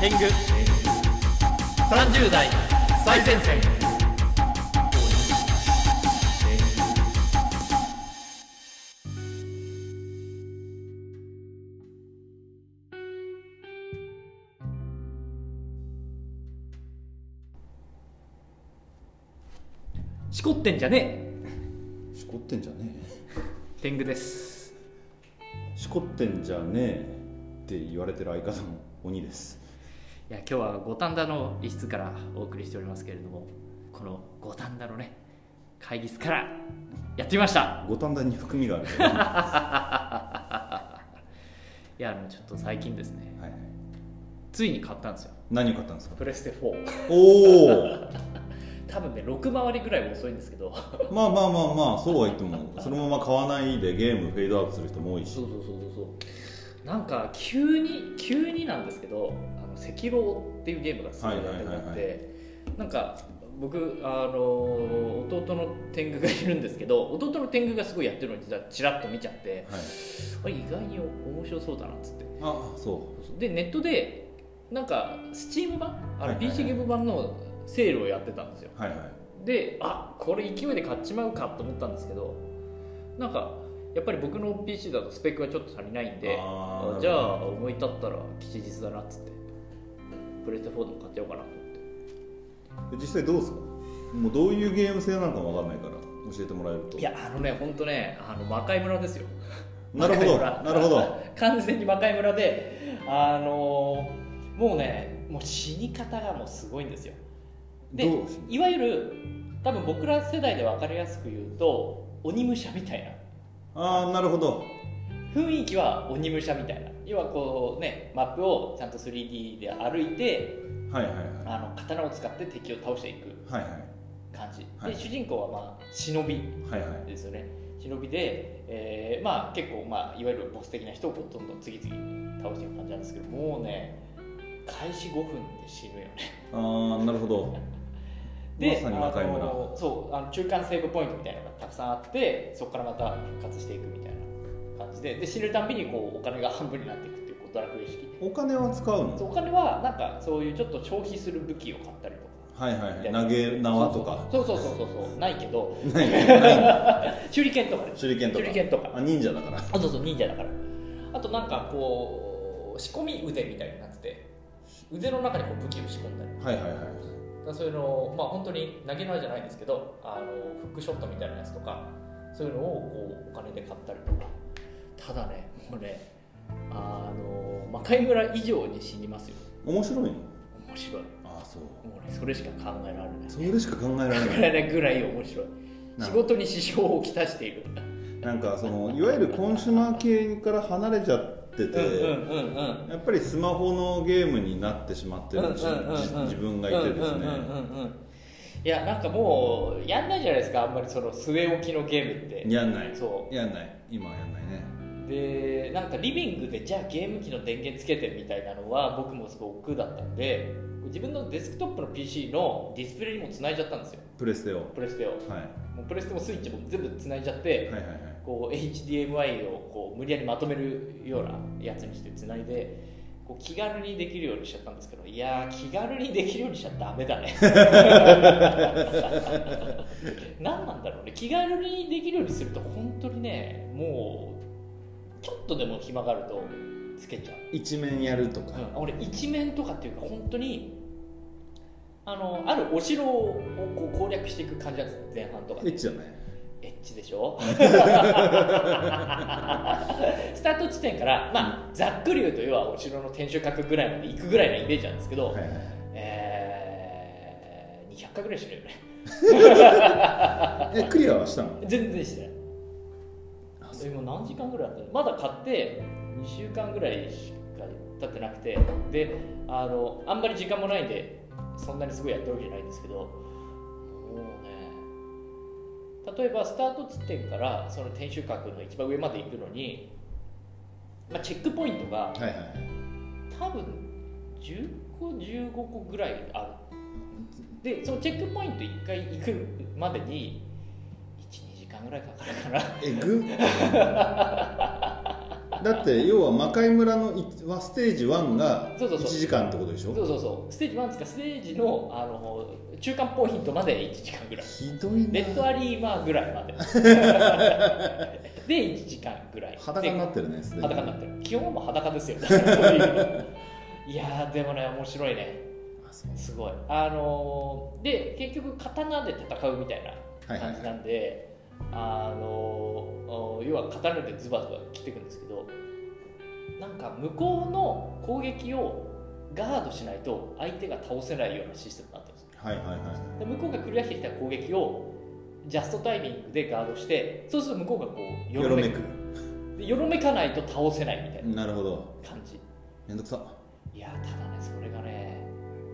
天狗30代最前線しこってんじゃねしこってんじゃねえ天狗ですえしこってんじゃねえって言われてる相方の鬼ですいや今日は五反田の一室からお送りしておりますけれどもこの五反田のね会議室からやってみました五反田に含 みがあるけどはいいやあのちょっと最近ですねはいついに買ったんですよ何を買ったんですかプレステ4おお多分ね6回りぐらい遅いんですけどまあまあまあまあそうは言ってもそのまま買わないでゲームフェードアウトする人も多いしそうそうそうそうそうなんか急に急になんですけど「あの赤狼」っていうゲームがすごいやってなはいはいっはいはてなんか僕あの弟の天狗がいるんですけど弟の天狗がすごいやってるのに実はチラッと見ちゃってはいあれ意外に面白そうだなっつってあそでネットでなんかスチーム版あはいはいはのい PC ゲーム版のセールをやってたんですようはいはいであこれ勢いで買っちまうかと思ったんですけどなんかやっぱり僕の PC だとスペックがちょっと足りないんであーあじゃあ思い立ったら吉日だなっつってプレステ4でも買っちゃおうかなと思ってで実際どうですかもうどういうゲーム性なのかもわかんないから教えてもらえるといやあのね本当ねあの魔界村ですよなるほど魔界村なるほど 完全に魔界村であのーもうねもう死に方がもうすごいんですよでどういわゆる多分僕ら世代で分かりやすく言うと鬼武者みたいなああなるほど雰囲気は鬼武者みたいな要はこうねマップをちゃんと 3D で歩いてはいはいはいはあの刀を使って敵を倒していくいはい感じで、はい主人公はまあ忍びはいはいですよね忍びで、えーまあ結構まあいわゆるボス的な人をこうどんどん次々倒していく感じなんですけどもうね開始5分で死ぬよねああなるほど まさに魔界あ村のそうあの中間セーブポイントみたいなのがたくさんあってそこからまた復活していくみたいな感じでで死ぬたんびにこうお金が半分になっていくっていうこうドラクエ式お金は使そうのうお金はなんかそういうちょっと消費する武器を買ったりとかはいはいはい投げ縄とかそうそうそうそうそうそうないけどないない 手裏剣とかね手裏剣と手か裏剣とかあ忍者だからあそうそう忍者だからあとなんかこう仕込み腕みたいになってて腕の中にこう武器を仕込んだりはいはいはいだからそういうのをまあ本当に投げ縄じゃないですけどあのフックショットみたいなやつとかそういうのをこうお金で買ったりとかただねもうねあの魔界村以上に死にますよ面白いの面白いもああそううねそれしか考えられないそれしか考えられ考えないられないぐらい面白いな仕事に支障をきたしているなんかそのいわゆるコンシュマー系から離れちゃってうんて、うんやっぱりスマホのゲームになってしまってるじじ自分がいてですうんうんね、うんうんいやなんかもうやんないじゃないですかあんまりその据え置きのゲームってやんないそやんない今はやんないねうでなんかリビングでじゃあゲーム機の電源つけてみたいなのは僕もすごい億劫だったんで自分のデスクトップの PC のディスプレイにも繋いじゃったんですよプレステを、はプレステをもい、はうプレステもスイッチも全部繋いじゃっいてはいはいこう HDMI をこう無理やりまとめるようなやつにしてつないでこう気軽にできるようにしちゃったんですけどいやー気軽にできるようにしちゃダメだね 何なんだろうね気軽にできるようにすると本当にねもうちょっとでも暇があるとつけちゃう一面やるとか、うん俺一面とかっていうか本当にあのあるお城をこう攻略していく感じなんですよ前半とかエッチじゃないエッチでし ょスタート地点から、まあ、ざっくり言うと要はお城の天守閣ぐらいまで行くぐらいのイメージなんですけど、はいはいえー、200回ぐらいしてるよねえクリアはしたの全然してないあでも何時間ぐらいあったのまだ買って2週間ぐらいしか経ってなくてであのあんまり時間もないんでそんなにすごいやってるわけじゃないんですけどもうね例えばスタート地点からその天守閣の一番上まで行くのに、まあ、チェックポイントがはいはいはい多分10個15個ぐらいあるでそのチェックポイント1回行くまでに12時間ぐらいかかるかなえぐだって要は魔界村のいはステージ1がそうそうそう1時間ってことでしょそうそうそうステージ1ですかステージのあの中間ポイントまで1時間ぐらいひどいなレッドアリーマーぐらいまでで1時間ぐらい裸になってるねすでに裸になってる基本はもう裸ですよいやーでもね面白いねあそうすごいあのーで結局刀で戦うみたいはないはい感はじいなんで、あのーお要は刀でズバズバ切っていくんですけどなんか向こうの攻撃をガードしないと相手が倒せないようなシステムになってるんですはいはいはいで向こうがクリアしてきた攻撃をジャストタイミングでガードしてそうすると向こうがこうよろめくくでよろめかないと倒せないみたいななるほど感じめんどくさいやただねそれがね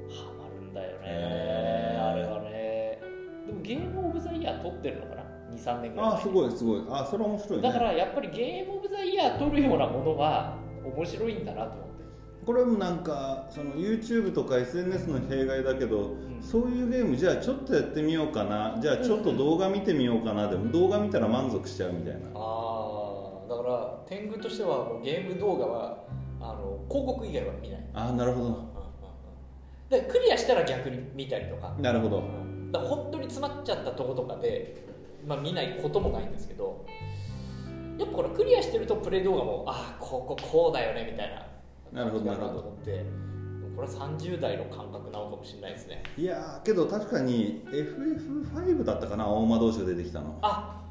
ハマるんだよね、へーあれはねでもゲームオブザイヤー取ってるのかな23年ぐらい前あーすごいすごいあーそれは面白いねだからやっぱりゲームオブザイヤー取るようなものは面白いんだなと思って、これもなんかその YouTube とか SNS の弊害だけどうんそういうゲームじゃあちょっとやってみようかなじゃあちょっと動画見てみようかなでも動画見たら満足しちゃうみたいなああだから天狗としてはもうゲーム動画はあの広告以外は見ない、ああなるほどでクリアしたら逆に見たりとかなるほどだから本当に詰まっちゃったとことかで、まあ、見ないこともないんですけどやっぱこれクリアしてるとプレイ動画もああこここうだよねみたいななるほど感じだと思ってこれは30代の感覚なのかもしれないですねいやーけど確かに FF5 だったかな青馬同士が出てきたのあ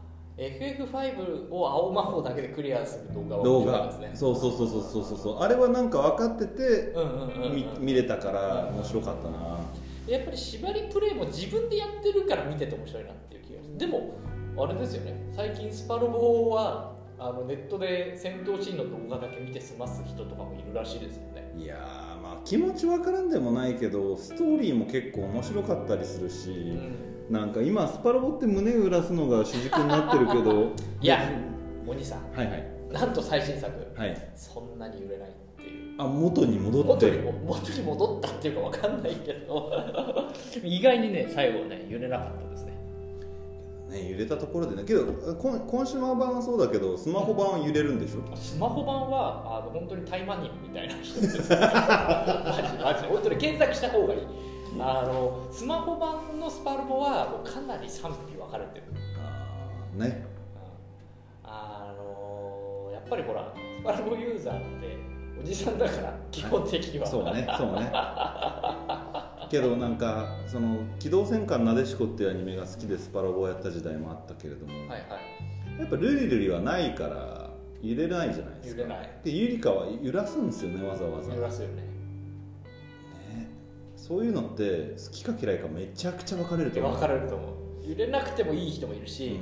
FF5 を青魔法だけでクリアする動画は動面白か画ったですねそうそうそうそうそうそうそうあれはなんか分かっててうんうんうんうんみ見れたから面白かったなやっぱり縛りプレイも自分でやってるから見てて面白いなっていう気がしますでもあれですよね最近スパロボはあのネットで戦闘シーンの動画だけ見て済ます人とかもいるらしいですよねいやーまあ気持ち分からんでもないけどストーリーも結構面白かったりするうし、んなんか今スパロボって胸を揺らすのが主軸になってるけ どいやお兄さんはいはいなんと最新作はいそんなに売れないっていうあ元に戻っ元てにるも元に戻ったっていうかわかんないけ ど意外にね最後ね揺れなかったですねね揺れたところでねけどこんコンシューマー版はそうだけどスマホ版は揺れるんでしょスマホ版はあの本当にタイマニアみたいな人ですマジマジ本当に検索した方がいいあのスマホ版のスパルボはもうかなり賛否分かれてる、うんあーねあのやっぱりほらスパルボユーザーっておじさんだから基本的にはそうねそうねけどなんかその「機動戦艦なでしこ」っていうアニメが好きでスパロボをやった時代もあったけれども、はいはいやっぱルリルリはないから揺れないじゃないです揺かれないでゆりかは揺らすんですよねわざわざ、揺らすよねねそういうのって好きか嫌いかめちゃくちゃ分かれると思う分かれると思う揺れなくてもいい人もいるし、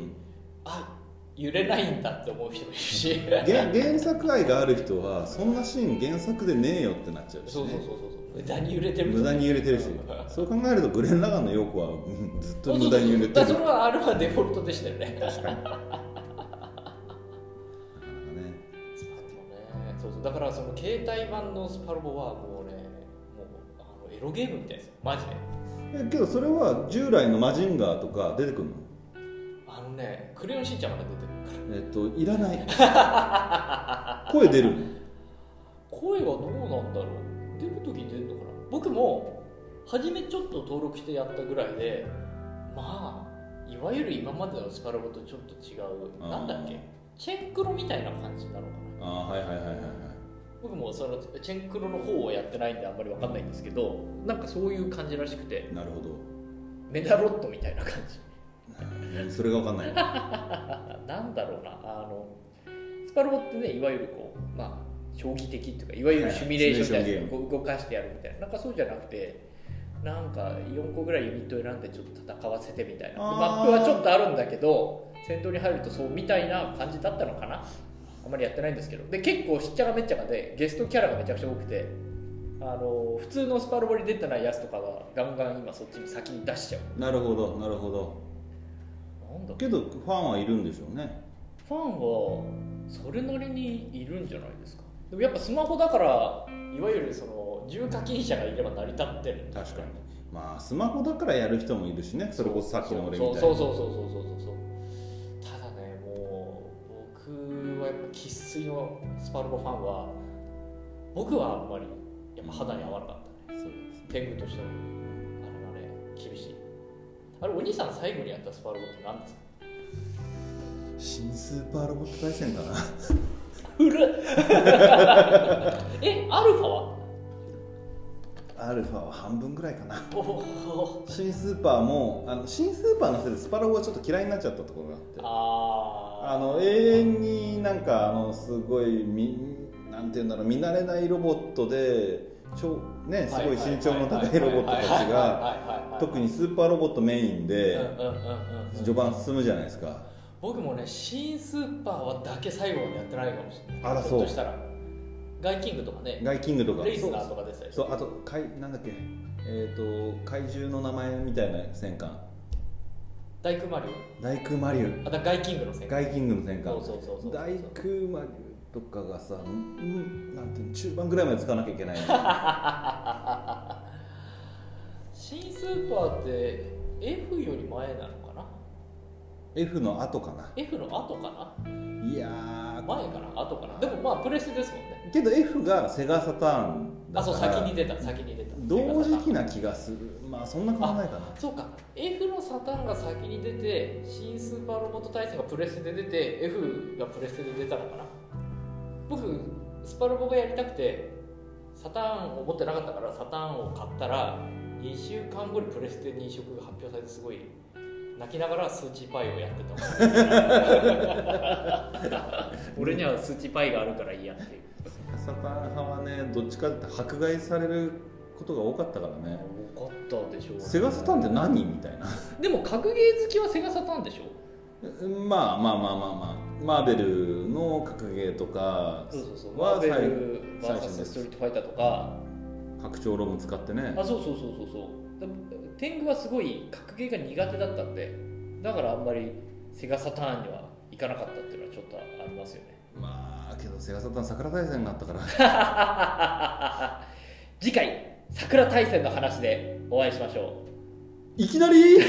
あ揺れないんだって思う人もいるしうんげ原作愛がある人はそんなシーン原作でねえよってなっちゃうし、そうそうそね、うそうそう無駄に揺れてる無駄に揺れてる しそう考えるとグレン・ラガンの陽子はうんずっと無駄に揺れてだるからそれはあれはデフォルトでしたよね確かになかなかねそうそうだからその携帯版のスパロボはもうねもうあのエロゲームみたいですよマジでえけどそれは従来のマジンガーとか出てくるのあのねクレヨンしんちゃんまで出てるからえっといら ない声出るの声はどうなんだろう出る時に出るのかな僕も初めちょっと登録してやったぐらいでまあいわゆる今までのスパロボとちょっと違うあーなんだっけチェンクロみたいな感じなのかなああはいはいはいはいはい僕もそのチェンクロの方をやってないんであんまり分かんないんですけどなんかそういう感じらしくてなるほどメダロットみたいな感じうんそれが分かんないなんだろうなあのスパロボってねいわゆるこうまあ将棋的っていうかいわゆるシミュレーションみたいなはいシミュレーショこンう動かしてやるみたいななんかそうじゃなくてなんか4個ぐらいユニット選んでちょっと戦わせてみたいなであーマップはちょっとあるんだけど戦闘に入るとそうみたいな感じだったのかなあんまりやってないんですけどで結構しっちゃかめっちゃかでゲストキャラがめちゃくちゃ多くてあの普通のスパロボに出てないやつとかはガンガン今そっちに先に出しちゃうなるほどなるほどなんだけどファンはいるんでしょうねファンはそれなりにいるんじゃないですかでもやっぱスマホだからいわゆるその重課金者がいれば成り立ってる確かにまあスマホだからやる人もいるしねそれこそさっきの俺みたいにそうそうそうそうそうそうそうただねもう僕はやっぱ生粋のスパロボファンは僕はあんまりやっぱ肌に合わなかったねそうです天狗としてもあれはね厳しいあれお兄さん最後にやったスパロボって何ですか新スーパーロボット対戦かな古っ えアルファはアルファは半分ぐらいかなおお新スーパーもあの新スーパーのせいでスパロボがちょっと嫌いになっちゃったところがあってああの永遠になんかあのすごいみなんて言うんだろう見慣れないロボットでちょねすごい身長の高いロボットたちがが特ににスーパーロボットメインで序序盤進むじゃないですか僕もね新スーパーはだけ最後までやってないかもしれないあらひょっそうとしたらガイキングとかねガイキングとかレイスナーとか出てたりそうあと怪なんだっけえっ、と怪獣の名前みたいな戦艦大工マリ大空マリュオあだガイキングの戦ガイキングの戦艦そうそうそうそう大空マリュとかがさ、うん、なんていうの中盤ぐらいまで使わなきゃいけないの 新スーパーって F より前なのかな F の後かな F の後かいやな前ーかな後かなでもまあプレスですもんねけど F がセガサターンだあかそうら先に出た先に出た同時期な気がするまあそんな変わらないかなそうか F のサターンが先に出て新スーパーロボット対戦がプレステで出て F がプレステで出たのかな僕スパロボがやりたくてサターンを持ってなかったからサターンを買ったら2週間後にプレステに移植が発表されてすごい泣きながらスーチーパイをやって た俺にはスーチーパイがあるからいいやっていうセガサターン派はねどっちかって迫害されることが多かったからね多かったでしょうねセガサターンって何みたいな でも格ゲー好きはセガサターンでしょまあまあまあまあまあマーベルの格ゲーとかそうそうそうマはーベ最ル VS ストリートファイター とか拡張ロム使ってねあそうそうそうそうそうでも天狗はすごい格ゲーが苦手だったんでだからあんまりセガサターンには行かなかったっていうのはちょっとありますよね まあけどセガサターン桜大戦があったから 次回桜大戦の話でお会いしましょいきなりう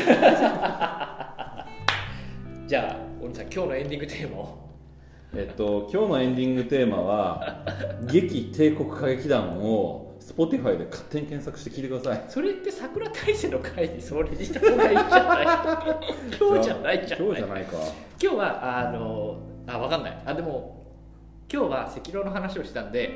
じゃあお兄さん今日のエンディングテーマをえっと今日のエンディングテーマは「劇帝国歌劇団」を Spotify で勝手に検索して聞いてくださいそれって桜大戦の回にそれにした方がいいんじゃない 今日じゃないじゃない今日じゃないか今日はあのあわかんないあでも今日は赤狼の話をしたんで、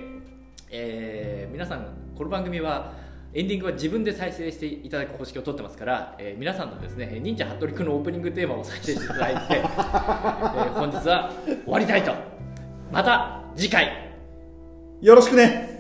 えー皆さんこの番組はエンディングは自分で再生していただく方式を取ってますから、えー皆さんのですね忍者服部君のオープニングテーマを再生していただいて、えー本日は終わりたいとまた次回よろしくね